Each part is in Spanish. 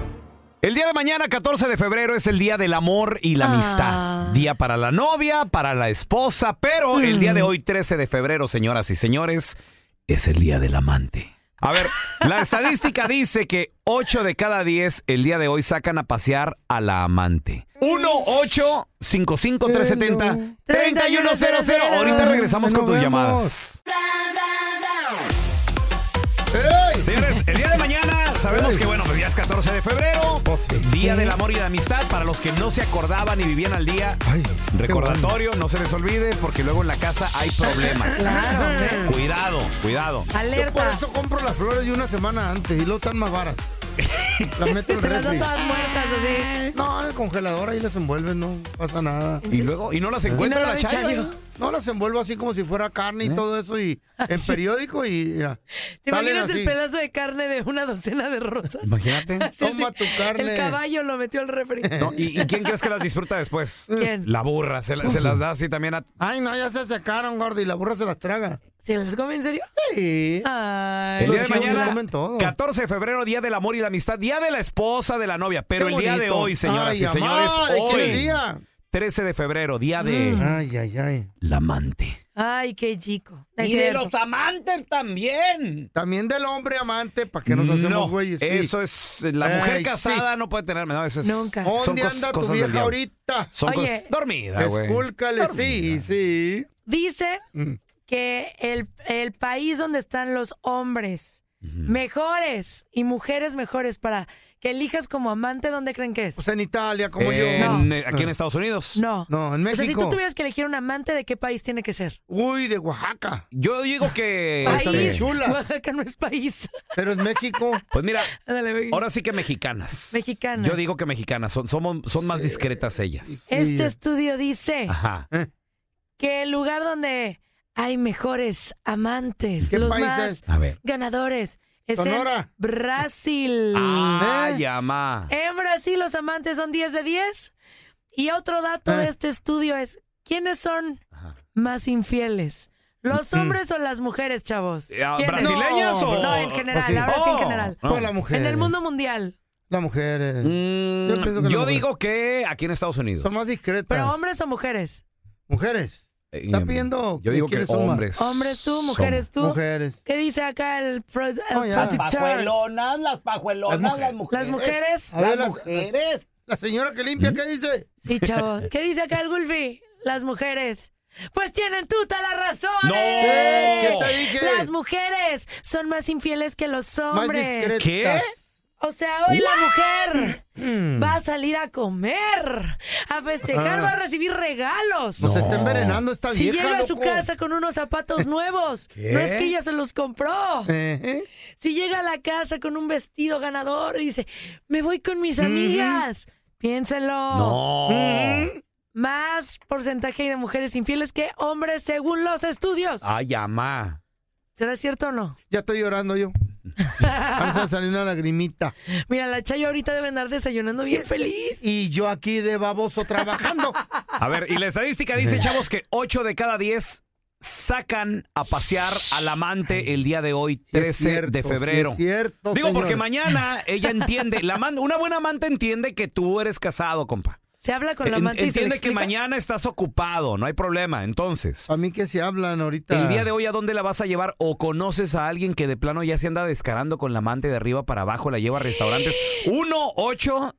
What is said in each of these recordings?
El día de mañana, 14 de febrero, es el día del amor y la amistad. Día para la novia, para la esposa, pero el día de hoy, 13 de febrero, señoras y señores, es el día del amante. A ver, la estadística dice que 8 de cada 10 el día de hoy sacan a pasear a la amante. 1 8 55 370 3100 Ahorita regresamos con tus llamadas. Señores, el día de mañana sabemos que, bueno, pues ya es 14 de febrero, Día del Amor y de Amistad, para los que no se acordaban y vivían al día, recordatorio, no se les olvide, porque luego en la casa hay problemas. Claro, hombre. Cuidado, cuidado. Yo por Alerta. eso compro las flores de una semana antes y luego están más varas. Las meto en Se las dan refri. todas muertas así. No, en el congelador ahí las envuelven, no pasa nada. Y luego, y no las encuentra no la la ve chayo. Chayo. No las envuelvo así como si fuera carne y todo eso y en periódico y mira, ¿Eh? ¿Te salen imaginas el así. pedazo de carne de una docena de rosas? Imagínate. Así, así. Toma tu carne. El caballo lo metió al refri. No, ¿y, y quién crees que las disfruta después? ¿Quién? La burra, se, la- se las da así también a... Ay, no, ya se secaron, gordo, y la burra se las traga. ¿Se las come en serio? Sí. Ah, Ay. El día Los de chivos se mañana, comen todo. 14 de febrero, Día del Amor y la Amistad, Día de la Esposa, de la Novia. Pero Qué el día de bonito. hoy, señoras Ay, y señores, amá, ¿de qué hoy, día? Mm. 13 de febrero, Día de Ay, ay, ay. la Amante. Ay, qué chico. No es Y de cierto. los amantes también. También del hombre amante, ¿para qué nos hacemos güeyes? Sí. eso es... La mujer Ay, casada no puede tener... No, eso es- Nunca. son ¿Dónde cos- anda tu cosas del vieja diablo. ahorita? Son cos- Oye. dormida, güey. Escúlcale, sí, sí. Dicen Mm. que el, el país donde están los hombres mejores y mujeres mejores para que elijas como amante, ¿dónde creen que es? Pues en Italia, como yo. En- eh, Aquí en Estados Unidos. no. No, en O sea, si tú México. tuvieras que elegir un amante, ¿de qué país tiene que ser? Uy, de Oaxaca. Yo digo Eh, que... País. este, chula. Oaxaca no es país. Pero en México. Pues mira, Ándale, ve. Ahora sí que mexicanas. Mexicanas. Yo digo que mexicanas. Son, somos, son más discretas ellas. Este estudio dice Ah. Ajá. que el lugar donde hay mejores amantes, ¿Qué los país más es? A ver. ganadores, es Sonora. en Brasil. Ah, ¿Eh? llama. En Brasil los amantes son 10 de 10. Y otro dato de Eh. este estudio es, ¿quiénes son Ajá. más infieles? ¿Los hombres o las mujeres, chavos? Eh, ah, ¿Quiénes? ¿Brasileñas Mm. No, o...? No, en general, Brasil- ahora sí en Oh, general. no. Pues la mujer. En el mundo mundial. Las mujeres. Mm, Yo pienso que la yo mujer. digo que aquí en Estados Unidos. Son más discretas. ¿Pero hombres o mujeres? Mujeres. Eh, está pidiendo em, que Yo digo que quiénes son más. hombres. Hombres tú, mujeres tú. Mujeres. ¿Qué dice acá el... pro- el Oh, ya. Project Charles? las pajuelonas, las mujeres. Las mujeres. A ver, las mujeres. La señora que ¿Mm? limpia, ¿qué dice? Sí, chavos. ¿Qué dice acá el Gulfi? Las mujeres. Pues tienen tuta la razón. ¡No! ¿Qué te dije? Las mujeres son más infieles que los Más hombres. discretas. ¿Qué? O sea, hoy la mujer Mm. va a salir a comer, a festejar, va a recibir regalos. Nos está envenenando Ah. esta Si vieja, llega a su loco. casa con unos zapatos nuevos, no es que ella se los compró. Eh, eh. Si llega a la casa con un vestido ganador y dice, me voy con mis amigas, piénselo. Mm. No. más porcentaje hay de mujeres infieles que hombres según los estudios. Ay, amá. ¿Será cierto o no? Ya estoy llorando yo. Vamos a salir una lagrimita. Mira, la Chayo ahorita debe andar desayunando bien feliz. Y yo aquí de baboso trabajando. A ver, y la estadística dice, chavos, que 8 de cada 10 sacan a pasear al amante el día de hoy, Sí es 13 cierto, de sí febrero. es cierto, Digo, porque señor. mañana ella entiende, la aman- una buena amante entiende que tú eres casado, compa. Se habla con la En- amante y se le entiende que explica. mañana estás ocupado, no hay problema. Entonces, A mí que se hablan ahorita. el día de hoy, ¿a dónde la vas a llevar? ¿O conoces a alguien que de plano ya se anda descarando con la amante de arriba para abajo, la lleva a restaurantes? 1 8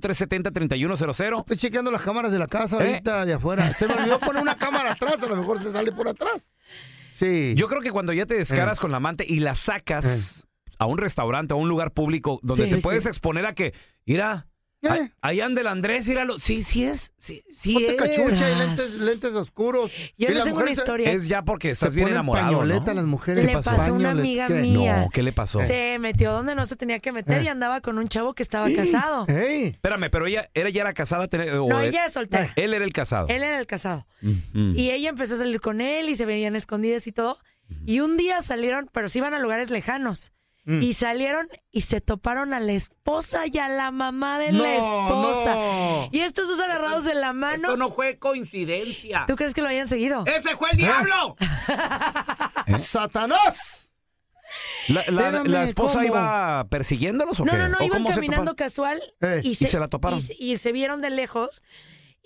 370 3100 Estoy chequeando las cámaras de la casa ¿Eh? ahorita de afuera. Se me olvidó poner una cámara atrás, a lo mejor se sale por atrás. Sí. Yo creo que cuando ya te Mm. descaras con la amante y la sacas a un restaurante, a un lugar público, donde Sí. te puedes exponer a que, mira, ¿Qué? ahí- ahí anda el Andrés, míralo. Sí, sí es, sí, sí Eh. Ponte es. cachucha y lentes, lentes oscuros. Y Yo les las tengo una mujeres se- historia. Es ya porque Se estás bien ponen enamorado, ¿no? pañoleta las mujeres. Le pasó a una Pañoleta. amiga ¿Qué? mía. No, ¿qué le pasó? Se metió donde no se tenía que meter Eh. y andaba con un chavo que estaba casado. Ey, Espérame, pero ella, era ya era casada. ten- o No, él- ella es soltera. Él era el casado. Mm, Él era el casado. Ujú. Y ella empezó a salir con él y se veían escondidas y todo. Mm. Y un día salieron, pero se iban a lugares lejanos. Mm. Y salieron y se toparon a la esposa y a la mamá de la No, esposa. no. Y estos dos agarrados de la mano. fue coincidencia. ¿Tú crees que lo hayan seguido? ¡Ese fue el diablo! ¿Eh? ¡Satanás! La, la- Espérame, la esposa ¿cómo? iba persiguiéndolos o qué? No, no, no, ¿O iban cómo se caminando toparon? casual Eh, y se la toparon. Y, se- y se vieron de lejos.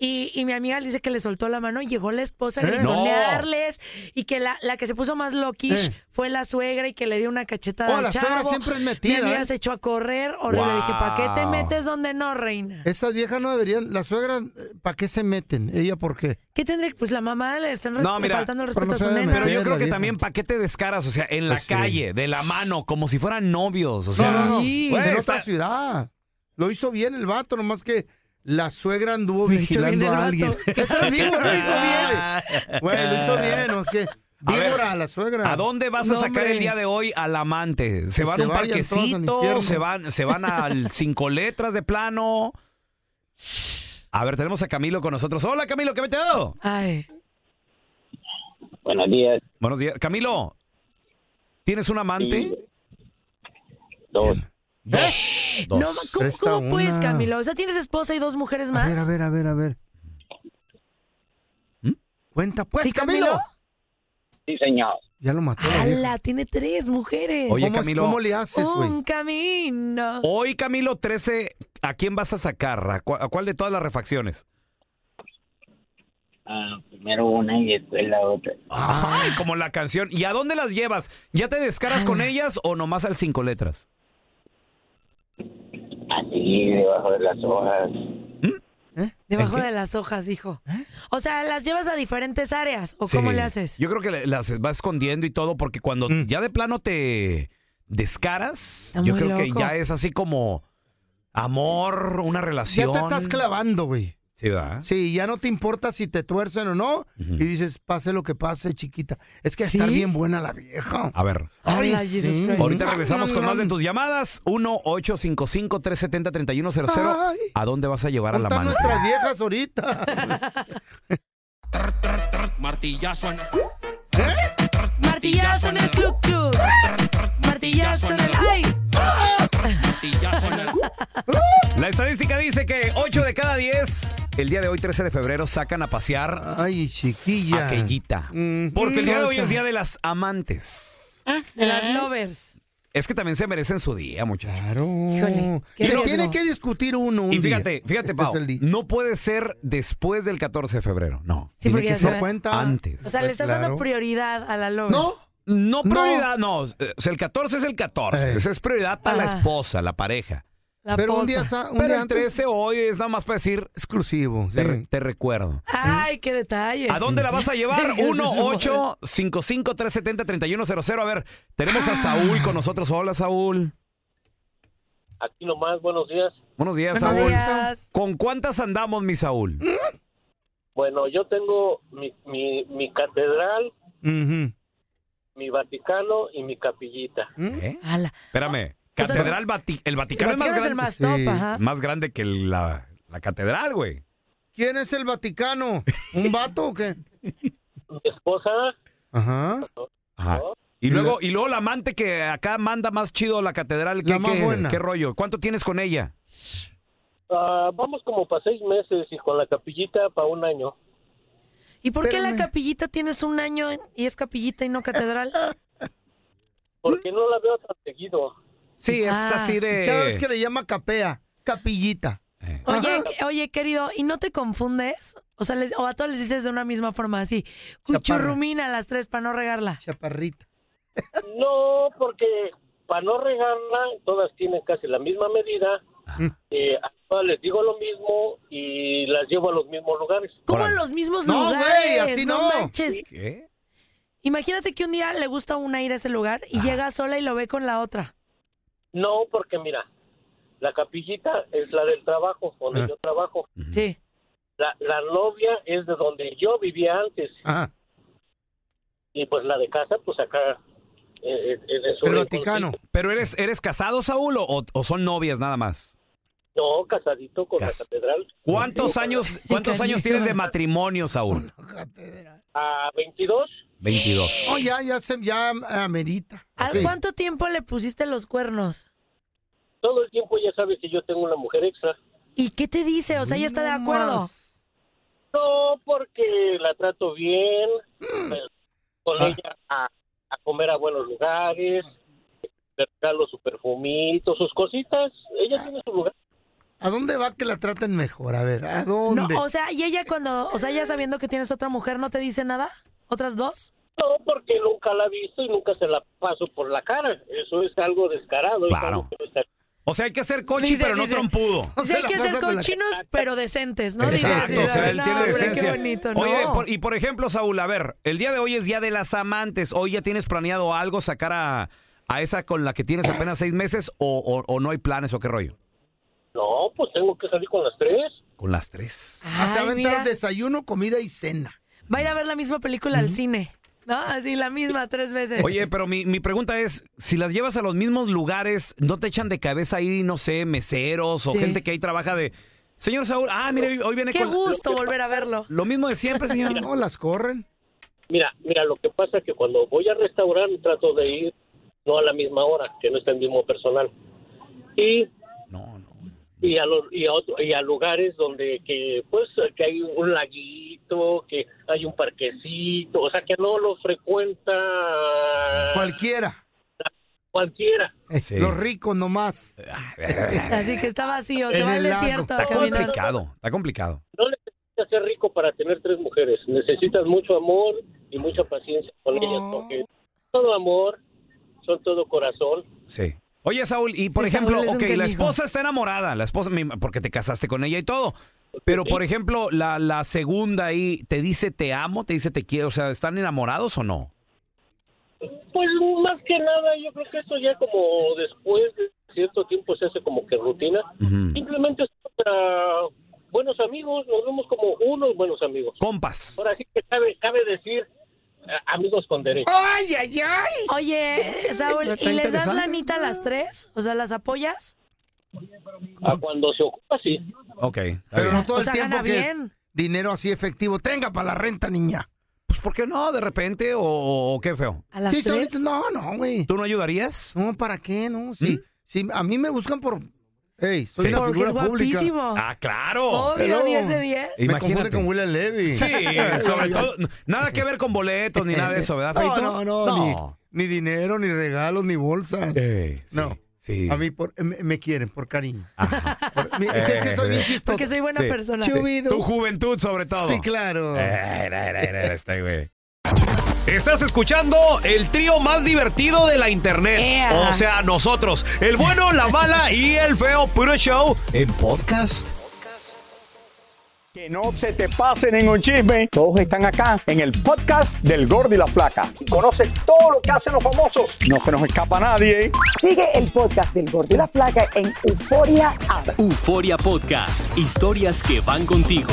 Y, y mi amiga le dice que le soltó la mano y llegó la esposa a Eh. gritonearles. Y que la, la que se puso más loquish Eh. fue la suegra y que le dio una cachetada Oh, al la chavo. suegra siempre es metida, Mi amiga ¿eh? se echó a correr. Horrible. Le dije, ¿para qué Wow. te Eh. metes donde no, reina? Esas viejas no deberían. Las suegras, eh, ¿para qué se meten? ¿Ella por qué? ¿Qué tendré? Pues la mamá le están res- No, mira, faltando el pero respeto a no su sabe nena. Pero yo Era creo que vieja. también, ¿para qué te descaras? O sea, en la Pues sí. calle, de la mano, como si fueran novios. O sea, No, no, no. Sí. güey, en está- otra ciudad. Lo hizo bien el vato, nomás que la suegra anduvo Lo hizo bien vigilando a el vato. alguien. Esa es víbora, lo hizo bien. Güey, lo hizo bien, nomás que ver, víbora a, la suegra. ¿A dónde vas a No, sacar hombre. el día de hoy al amante? ¿Se Que van se a vayan un todos al parquecito? infierno. ¿Se van, ¿Se van al cinco letras de plano? A ver, tenemos a Camilo con nosotros. Hola, Camilo, ¿qué me te Ay, Buenos días, Buenos días. Camilo, ¿tienes un amante? Sí. dos. Dos. no, ma- ¿cómo, Presta cómo puedes, una. Camilo? O sea, tienes esposa y dos mujeres A más. ver, a ver, a ver, a ver. ¿Mm? Cuenta, pues, ¿Sí, Camilo. Camilo? Sí, señor. Ya lo mató. la vieja. ¡Hala! Tiene tres mujeres. Oye, ¿Cómo, Camilo. ¿Cómo le haces, güey? Oh, Un camino. Hoy, Camilo 13, ¿a quién vas a sacar? ¿A, cua- a cuál de todas las refacciones? Ah, primero una y después la otra. Ay, como la canción. ¿Y a dónde las llevas? ¿Ya te descaras Ah. con ellas o nomás al cinco letras? Así, debajo de las hojas. ¿Eh? Debajo ¿En qué? de las hojas, hijo. O sea, ¿las llevas a diferentes áreas? ¿O cómo Sí. le haces? Yo creo que le- las vas escondiendo y todo, porque cuando Mm. ya de plano te descaras, Está yo muy creo que loco. ya es así como amor, una Ya relación. te estás clavando, güey. Sí, ¿Ah? ¿verdad? Sí, ya no te importa si te tuercen o no. Ujú. Y dices, pase lo que pase, chiquita. Es que estar ¿Sí? bien buena la vieja. A ver, Ay, Hala, Jesus sí. Christ. ahorita regresamos con más de Ay, tus llamadas. 1-855-370-3100. Ay. ¿A dónde vas a llevar a la Juntar mano? Ah. nuestras viejas ahorita. Martillazo en el club club. Martillazo en el. ¡Ay! La estadística dice que 8 de cada 10, el día de hoy, 13 de febrero, sacan a pasear Ay, chiquilla. aquellita. Mm, Porque el día de no, hoy esa- es día de las amantes. ¿Eh? De las lovers. Es que también se merecen su día, muchachos. Claro. Híjole, qué Se riesgo. tiene que discutir uno. un Y fíjate, día. fíjate, Este Pau, es el día. no puede ser después del 14 de febrero, no. Sí, Tiene porque que ya se ser va. cuenta. antes. O sea, le estás Pues, dando Claro. prioridad a la lover. No, no prioridad, no. eh, O sea, el 14 es el 14. Eh. Esa es prioridad para la Ajá. esposa, la pareja. La pero un pota. día, sa- un Pero día el antes 13 hoy es nada más para decir, exclusivo. te, sí. re- te recuerdo. ¡Ay, qué detalle! ¿A dónde la vas a llevar? Dios, esa 1 855 370 3100 A ver, tenemos a Saúl con nosotros. Hola, Saúl. Aquí nomás, buenos días. Buenos días, Buenos Saúl. días. ¿Con cuántas andamos, mi Saúl? Bueno, yo tengo mi, mi, mi catedral, Ujú. mi Vaticano y mi capillita. ¿Mm? ¿Eh? ¡Hala! Espérame. O sea, Catedral Vati- El Vaticano, Ah, pues Vaticano es el es más más ¿ah? grande. top, Sí. ajá. grande, más grande que la, la catedral, güey. ¿Quién es el Vaticano? ¿Un vato o qué? Mi esposa, Ajá. Ajá. Y luego, y luego la amante que acá manda más chido la catedral. ¿Qué, La más qué- buena. qué rollo? ¿Cuánto tienes con ella? ah, vamos como para seis meses y con la capillita para un año. ¿Y por qué la Espérame. capillita tienes un año y es capillita y no catedral? Porque no la veo tan seguido. Sí, es Ah. así de. Cada vez que le llama capea, capillita. Eh. Oye, que- oye, querido, ¿y no te confundes? O sea, les- o a todos les dices de una misma forma, así, cuchurrumina las tres para no regarla. Chaparrita. No, porque para no regarla, todas tienen casi la misma medida. Eh, a todas les digo lo mismo y las llevo a los mismos lugares. ¿Cómo Órale. en los mismos No, güey, lugares? así no. manches. ¿Qué? Imagínate que un día le gusta a una ir a ese lugar y llega sola y lo ve con la otra. No, porque mira, la capillita es la del trabajo, donde Ah. yo trabajo. Mm. Sí. La, la novia es de donde yo vivía antes. Ajá. Y pues la de casa, pues acá. eh, eh, en su El rinconcito. Vaticano. ¿Pero eres, eres casado, Saúl, o, o son novias nada más? No, casadito con Cas- la catedral. ¿Cuántos años, cuántos años tienes de matrimonio, Saúl? A 22. 22. Oh, ya, ya se, ya amerita. ¿A Sí. cuánto tiempo le pusiste los cuernos? Todo el tiempo ya sabes que yo tengo una mujer extra. ¿Y qué te dice? O sea, ella está de No acuerdo. más. No, porque la trato bien, eh, con Mm. Ah. ella a, a comer a buenos lugares, le regalo su perfumito, sus cositas. Ella tiene su lugar. ¿A dónde va que la traten mejor? A ver, ¿a No, dónde? o sea, y ella cuando, o sea, ella sabiendo que tienes otra mujer, ¿no te dice nada? ¿Otras dos? No, porque nunca la he visto y nunca se la paso por la cara. Eso es algo descarado. es Claro. algo que no está- O sea, hay que ser cochi, Dice, pero no dice. trompudo. No Sí, se hay la que pasa ser con la cochinos, pero decentes, ¿no? Dice, Exacto, sí, o sea, él no, tiene hombre, decencia. Qué bonito, ¿no? Oye, por- y por ejemplo, Saúl, a ver, el día de hoy es día de las amantes. ¿Hoy ya tienes planeado algo, sacar a, a esa con la que tienes apenas seis meses o, o- o no hay planes o qué rollo? No, pues tengo que salir con las tres. Con las tres. Ah, se va Ay, a aventar mira, desayuno, comida y cena. va a ir a ver la misma película al cine, ¿no? Así la misma tres veces. Oye, pero mi, mi pregunta es, si las llevas a los mismos lugares, ¿no te echan de cabeza ahí, no sé, meseros o Sí. gente que ahí trabaja de... Señor Saúl, ah, mire, hoy, hoy viene qué con... gusto volver a verlo. Lo mismo de siempre, señor. No, las corren. Mira, mira, lo que pasa es que cuando voy a restaurar trato de ir no a la misma hora, que no está el mismo personal. Y No, no. y a los y a, otro- y a lugares donde que pues que hay un laguito que hay un parquecito o sea que no lo frecuenta Cualquiera. cualquiera Eh, Sí. Los ricos nomás. Así que está vacío, se En va al el lago. desierto a Está caminar. complicado, está complicado. no necesitas ser rico para tener tres mujeres necesitas mucho amor y mucha paciencia con ellas porque todo amor son todo corazón Sí. Oye, Saúl, y por Sí, Saúl, ejemplo, es un ok, la canijo. esposa está enamorada, la esposa, me- porque te casaste con ella y todo. Pero, por ejemplo, la, la segunda ahí, ¿te dice te amo, te dice te quiero? O sea, ¿están enamorados o no? pues más que nada yo creo que eso ya como después de cierto tiempo se hace como que rutina Ujú. simplemente es para buenos amigos nos vemos como unos buenos amigos Compas. Ahora sí que cabe, cabe decir eh, amigos con derecho. ¡Ay, ay, ay! Oye, Saúl, Está ¿y les das interesante. lanita a las tres? O sea, ¿las apoyas? A cuando se ocupa, sí. Ok. está Pero bien. no todo O el sea, tiempo gana que bien. dinero así efectivo. Tenga para la renta, niña. Pues, ¿por qué no? ¿De repente? ¿O, o- o qué feo? ¿A las sí, tres? ¿Mm? solito- No, no, güey. ¿Tú no ayudarías? No, ¿para qué? No, sí. sí, a mí me buscan por... Ey, soy Sí. una Porque es figura pública. guapísimo. Ah, claro. Obvio, Hello. 10 de 10. Me confunde Imagínate. con William Levy. Sí, sobre todo. Nada que ver con boletos ni nada de eso, ¿verdad, No, no, Feito? no, Ni, ni dinero, ni regalos, ni bolsas. Eh, sí, No. Sí. A mí por- me, me quieren, por cariño. Ajá. Eh, Por- mi- sí, es que soy bien chistoso. Porque soy buena Sí. persona. Sí. Chubido. Tu juventud, sobre todo. Eh. Sí, claro. este, Estás escuchando el trío más divertido de la internet. Ea. O sea, nosotros, el bueno, la mala y el feo puro show en podcast. Que no se te pasen en un chisme. Todos están acá en el podcast del Gordi y la Flaca. Y Conoce todo lo que hacen los famosos. No se nos escapa nadie. Sigue el podcast del Gordo y la Flaca en Euforia App. Euforia Podcast, historias que van contigo.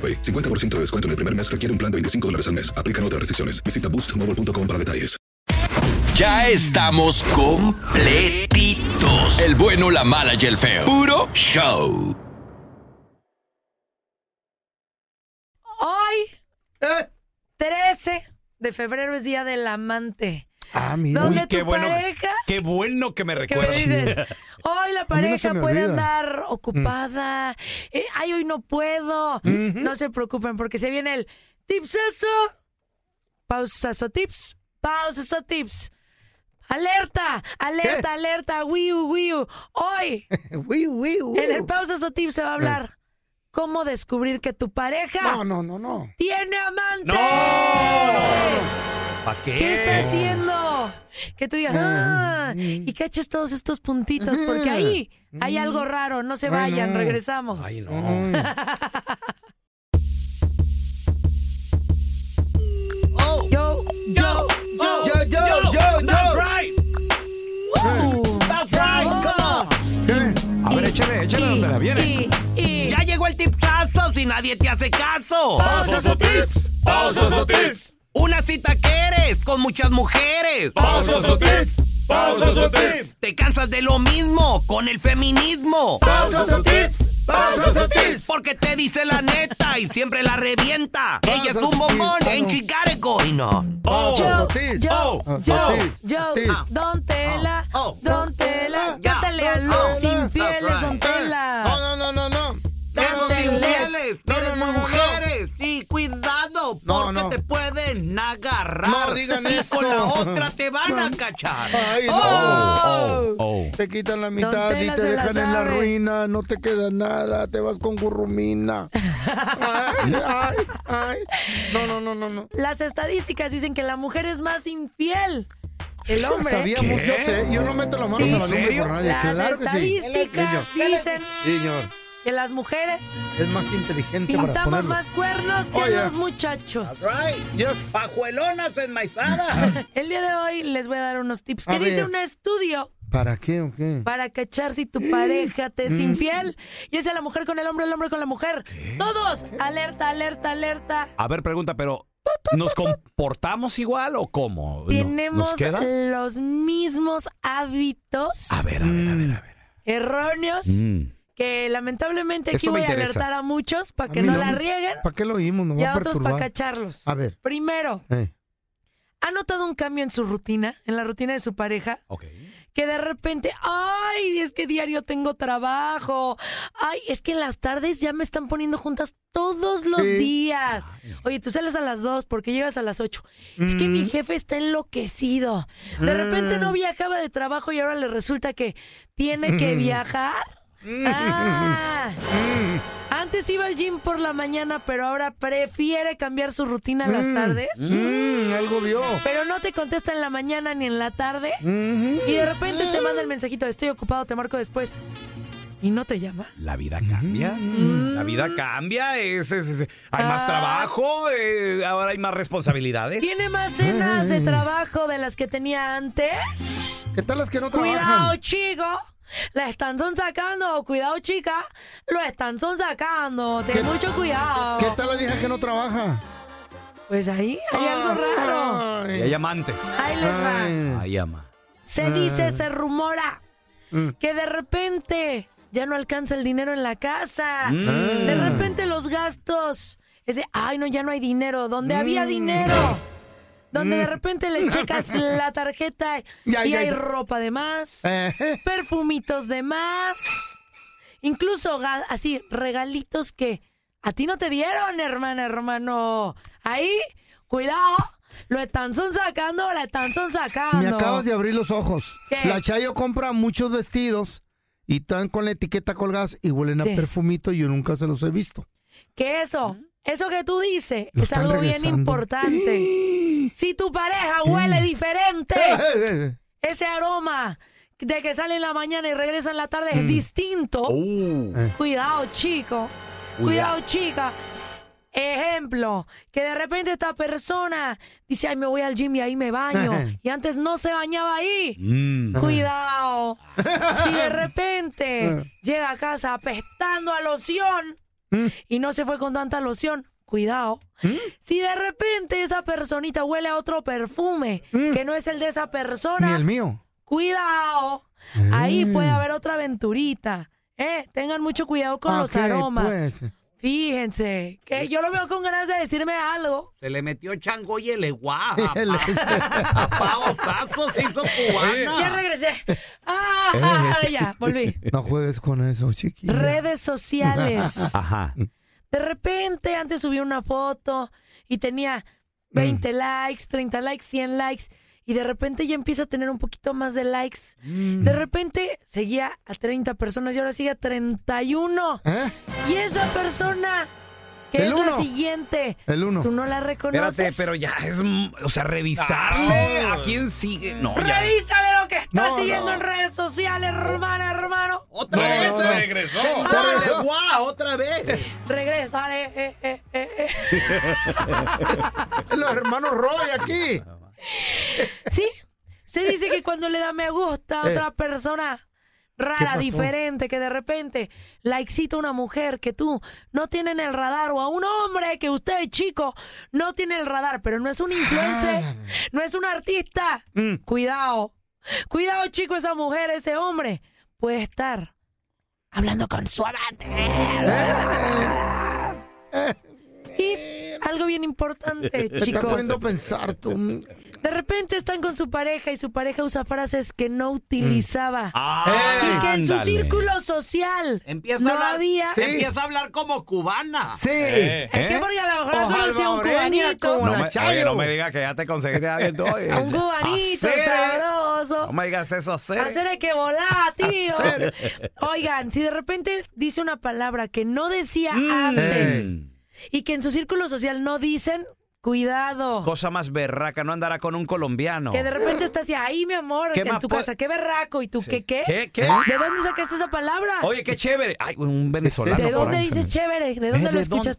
50% de descuento en el primer mes requiere un plan de 25 dólares al mes. Aplican otras restricciones. Visita boostmobile.com para detalles. Ya estamos completitos. El bueno, la mala y el feo. Puro show. Hoy, 13 de febrero es Día del Amante. Ah, mira. ¿Dónde tu bueno, pareja? Qué bueno que me ¿Qué me recuerdas. dices? Hoy la A mí no pareja se me puede olvida. Mm. andar ocupada. Eh, ay, hoy no puedo. No se preocupen porque se viene el tipsazo. Pausazo tips. Pausazo tips. Alerta, alerta, alerta. Wiu, wiu. Hoy. En el pausazo tips se va a Eh. hablar. ¿Cómo descubrir que tu pareja. No, no, no, no. Tiene amante. ¿Para qué? ¿Qué está haciendo? Que tú digas, ah, y caches todos estos puntitos, porque ahí hay algo raro, no se Ay, vayan, no. regresamos. Ay, no. Yo, yo, yo, yo, yo, yo. That's right. That's right, come on. A ver, échale, échale donde la viene. Ya llegó el tipsazo si nadie te hace caso. Pausazo tips. pausazo tips. Una cita que eres con muchas mujeres. Pausazo tips. pausazo tips. Te cansas de lo mismo con el feminismo. Pausazo tips. pausazo tips. Porque te dice la neta y siempre la revienta. Ella es un bombón en Chicago y no. Yo, Oh, yo, oh, yo, oh, yo, oh, Don Tela, Don Tela, yeah, cántale a oh, los oh, infieles, that's Don right. Tela. No, no, no, no. infieles, eres mujeres y cuidado porque No, no. te pueden agarrar No digan y eso. con la otra te van a cachar. Ay, no. Oh. Te quitan la Don mitad y Tela te se la dejan en la sabe. ruina, no te queda nada, te vas con gurrumina. Ay, ay, ay. No, no, no, no, no. Las estadísticas dicen que la mujer es más infiel. El hombre. Sabíamos, yo sé, yo no meto la mano Sí. a la lumbre por nadie, Las claro que sí. estadísticas Niño, dicen niño, que las mujeres es más inteligente para pintamos ponerlo. más cuernos que Oh, yeah. los muchachos. Pajuelonas enmaizadas. El día de hoy les voy a dar unos tips A que dice ver. un estudio ¿Para qué o qué? para cachar si tu pareja te es Mm. infiel. Ya sea la mujer con el hombre, el hombre con la mujer. Todos, alerta, alerta, alerta. A ver, pregunta, pero ¿nos comportamos igual o cómo? ¿No- Tenemos ¿Nos queda? los mismos hábitos. A ver, a ver, a ver, Erróneos. Mm. Que lamentablemente aquí Esto me voy a interesa. alertar a muchos para A que mí no, no. la rieguen ¿Para qué lo oímos? Nos y va a a otros para perturbar. cacharlos. A ver. Primero, Eh. ¿ha notado un cambio en su rutina, en la rutina de su pareja? Mm. Que de repente, ay, es que diario tengo trabajo. Ay, es que en las tardes ya me están poniendo juntas todos los Sí. días. Oye, tú sales a las 2 porque llegas a las 8. Es que mi Mm. jefe está enloquecido. De repente no Mm. viajaba de trabajo y ahora le resulta que tiene que Mm. viajar. Ah. Antes iba al gym por la mañana, pero ahora prefiere cambiar su rutina a las tardes. Mm, algo vio. Pero no te contesta en la mañana ni en la tarde. Ujú. Mm. Y de repente te manda el mensajito, estoy ocupado, te marco después. ¿Y no te llama? La vida cambia. Mm. La vida cambia. Es, es- es- hay más Ah. trabajo. eh, ahora hay más responsabilidades. ¿Tiene más cenas de trabajo de las que tenía antes? ¿Qué tal las que no Cuidado, trabajan? chico. La están sacando. Cuidado, chica. Lo están sacando. Ten mucho cuidado. ¿Qué tal la vieja que no trabaja? Pues ahí hay Ah. algo raro. Y hay amantes. Ahí les va. Hay ama. Se dice, se rumora Mm. que de repente ya no alcanza el dinero en la casa. Mm. De repente los gastos. Es de, ay, no, ya no hay dinero. Mm. Donde había dinero. Donde de repente le checas la tarjeta y, Ya, ya, hay ya. Eh, ropa de más, perfumitos de más, incluso ga- así regalitos que a ti no te dieron, hermana, hermano. Ahí, cuidado, lo están sacando, la están sacando. Me acabas de abrir los ojos. ¿Qué? La Chayo compra muchos vestidos y están con la etiqueta colgadas y huelen Sí. a perfumito y yo nunca se los he visto. que eso, eso que tú dices ¿Mm? Lo es están algo bien regresando. importante. si tu pareja huele diferente, ese aroma de que sale en la mañana y regresa en la tarde es distinto. Eh. Cuidado, chico. Cuidado. Cuidado, chica. Ejemplo, que de repente esta persona dice, ay, me voy al gym y ahí me baño. y antes no se bañaba ahí. Mm. Cuidado. Si de Ah. repente llega a casa apestando a loción Mm. y no se fue con tanta loción, cuidado. Si de repente esa personita huele a otro perfume que no es el de esa persona, Mm. Ni el mío. cuidado. Ahí Mm. puede haber otra aventurita. Eh, tengan mucho cuidado con los Ah, Ok, aromas. pues. Fíjense, que yo lo veo con ganas de decirme algo. Se le metió chango y el eguá. El- Pago se hizo Ya cubana. regresé. Ah, ya, volví. No juegues con eso, chiqui. Redes sociales. Ajá. De repente, antes subí una foto y tenía Mm. 20 likes, 30 likes, 100 likes. Y de repente ya empieza a tener un poquito más de likes. Mm. De repente seguía a 30 personas y ahora sigue a 31. ¿Eh? Y esa persona que El es la uno. siguiente, El uno. tú no la reconoces. Espérate, pero ya es. mm, O sea, revisarle a quién sigue. No, ya. Revísale lo que está No, siguiendo no. en redes sociales, hermana, hermano. Otra vez, No, no, no. regresó. Sentale el eguá, otra vez. Regresa, eh, eh, eh, eh, eh. Los hermanos Roy aquí. Sí, se dice que cuando le da me gusta a Eh. otra persona ¿Qué rara, pasó? diferente, que de repente la excita una mujer que tú no tienes en el radar o a un hombre que usted, chico, no tiene en el radar, pero no es un influencer, Ah. no es un artista. Mm. Cuidado, cuidado, chico, esa mujer, ese hombre puede estar hablando con su amante. Y algo bien importante, Te Eh. está chicos. poniendo a pensar tú. De repente están con su pareja y su pareja usa frases que no utilizaba. Mm. Ah, y que en su ándale. círculo social Empieza no a hablar, había. se empieza a hablar como cubana. Sí. Eh, Es que ¿eh? porque a lo O mejor conocí a un salvadoreña, cubanito. como No la me, Chayo. oye, no me digas que ya te conseguiste a alguien tú, oye. Un cubanito Hacer, No sabroso. me digas eso, hacer. Hacer el que volá, tío. Hacer. Oigan, si de repente dice una palabra que no decía Mm. antes y que en su círculo social no dicen, cuidado. Cosa más berraca, no andará con un colombiano. Que de repente estás así, ahí mi amor, ¿Qué en más tu puede- casa, qué berraco. ¿Y tú qué qué? ¿Qué, qué? ¿De dónde sacaste esa palabra? Oye, qué chévere. Ay, un venezolano. ¿De por dónde ahí. dices chévere? ¿De dónde Eh, ¿de lo dónde? Mm. escuchas?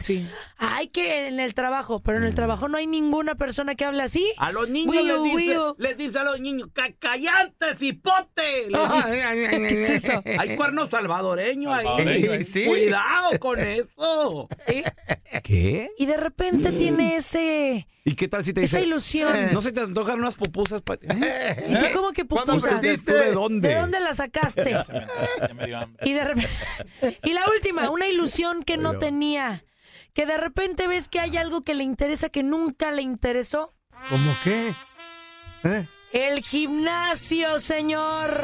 Ay, que en el trabajo, pero en el trabajo no hay ninguna persona que hable así. Ah. A los niños Wiu, les, dice, wiu. les dice a los niños, "Ca- callantes, hipote. les dice. Ay, ay, ay, ¿Qué es eso? Hay cuernos salvadoreños Salvadoreño, ahí. ahí sí. Cuidado con eso. Sí. ¿Qué? Y de repente tiene ese... ¿Y qué tal si te Esa dice? eh, ilusión. eh. ¿No se te antojan unas pupusas? pa- ¿Y tú como que ¿Cuándo pupusas? aprendiste? ¿Tú de dónde? ¿De dónde la sacaste? y de repente... Y la última, una ilusión que no Pero- tenía. Que de repente ves que hay algo que le interesa que nunca le interesó. ¿Cómo qué? ¿Eh? El gimnasio, señor.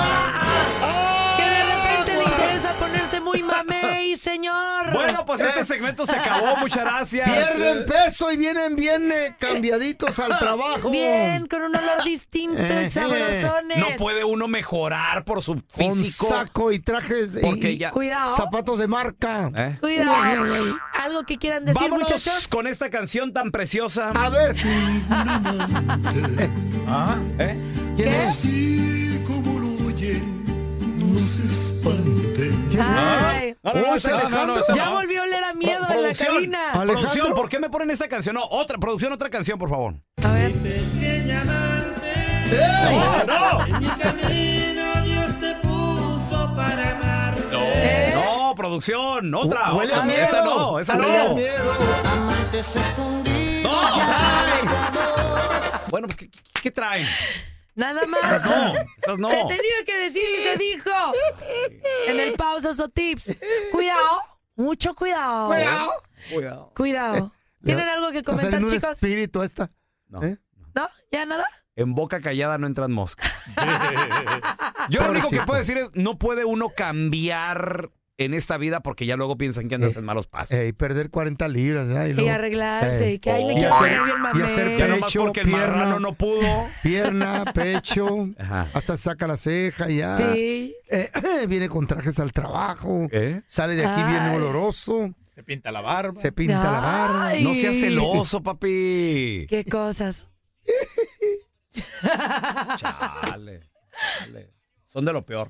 Ah, que de repente le interesa ponerse muy mamey, señor. Bueno, pues Eh. este segmento se acabó. Muchas gracias. Pierden peso y pues, vienen bien eh, cambiaditos al trabajo. Bien, con un olor distinto, Eh, y sabrosones. No puede uno mejorar por su Con físico. saco y trajes y- Porque y ya- Cuidado. zapatos de marca. ¿Eh? Cuidado. Algo que quieran decir, Vámonos muchachos. con esta canción tan preciosa. A ver. Ah, ¿eh? ¿Quién es? Así como lo oyen, no se No, no, no, ese Alejandro. Ya volvió a oler a miedo en la Producción, cabina. Producción, ¿por qué me ponen esta canción? No, otra, producción, otra canción, por favor. A ver. ¡No, no! En mi camino Dios te puso para amarte. Eh, Uh, No, producción, otra. Huele a otra. miedo. Esa no, esa Huele a no. miedo. Amantes escondidos. Bueno, pues, ¿qué, qué traen? Nada más. Esas no, esas no. Se tenía que decir y se dijo. En el pausas o tips. Cuidado, mucho cuidado. Cuidado. Cuidado. Cuidado. ¿Tienen algo que comentar, chicos? espíritu esta. No. ¿No? ¿Ya nada? En boca callada no entran moscas. Yo lo único que Pobrecito. puedo decir es, no puede uno cambiar en esta vida porque ya luego piensan que andas en malos pasos. Ey, perder 40 libras. ya, Y luego- arreglarse, Ey. y que, ay, me Y quiero hacer- poner bien mamey. Eh, oh, Y hacer Ya nomás pecho, porque el marrano pierna, no pudo. pierna, pecho, hasta saca la ceja ya. Sí. Eh, viene con trajes al trabajo. Sale de aquí bien Eh. Ay. oloroso. Se pinta la barba. Se pinta la barba. Ay. No seas celoso, papi. Qué cosas. Chale, chale. Son de lo peor.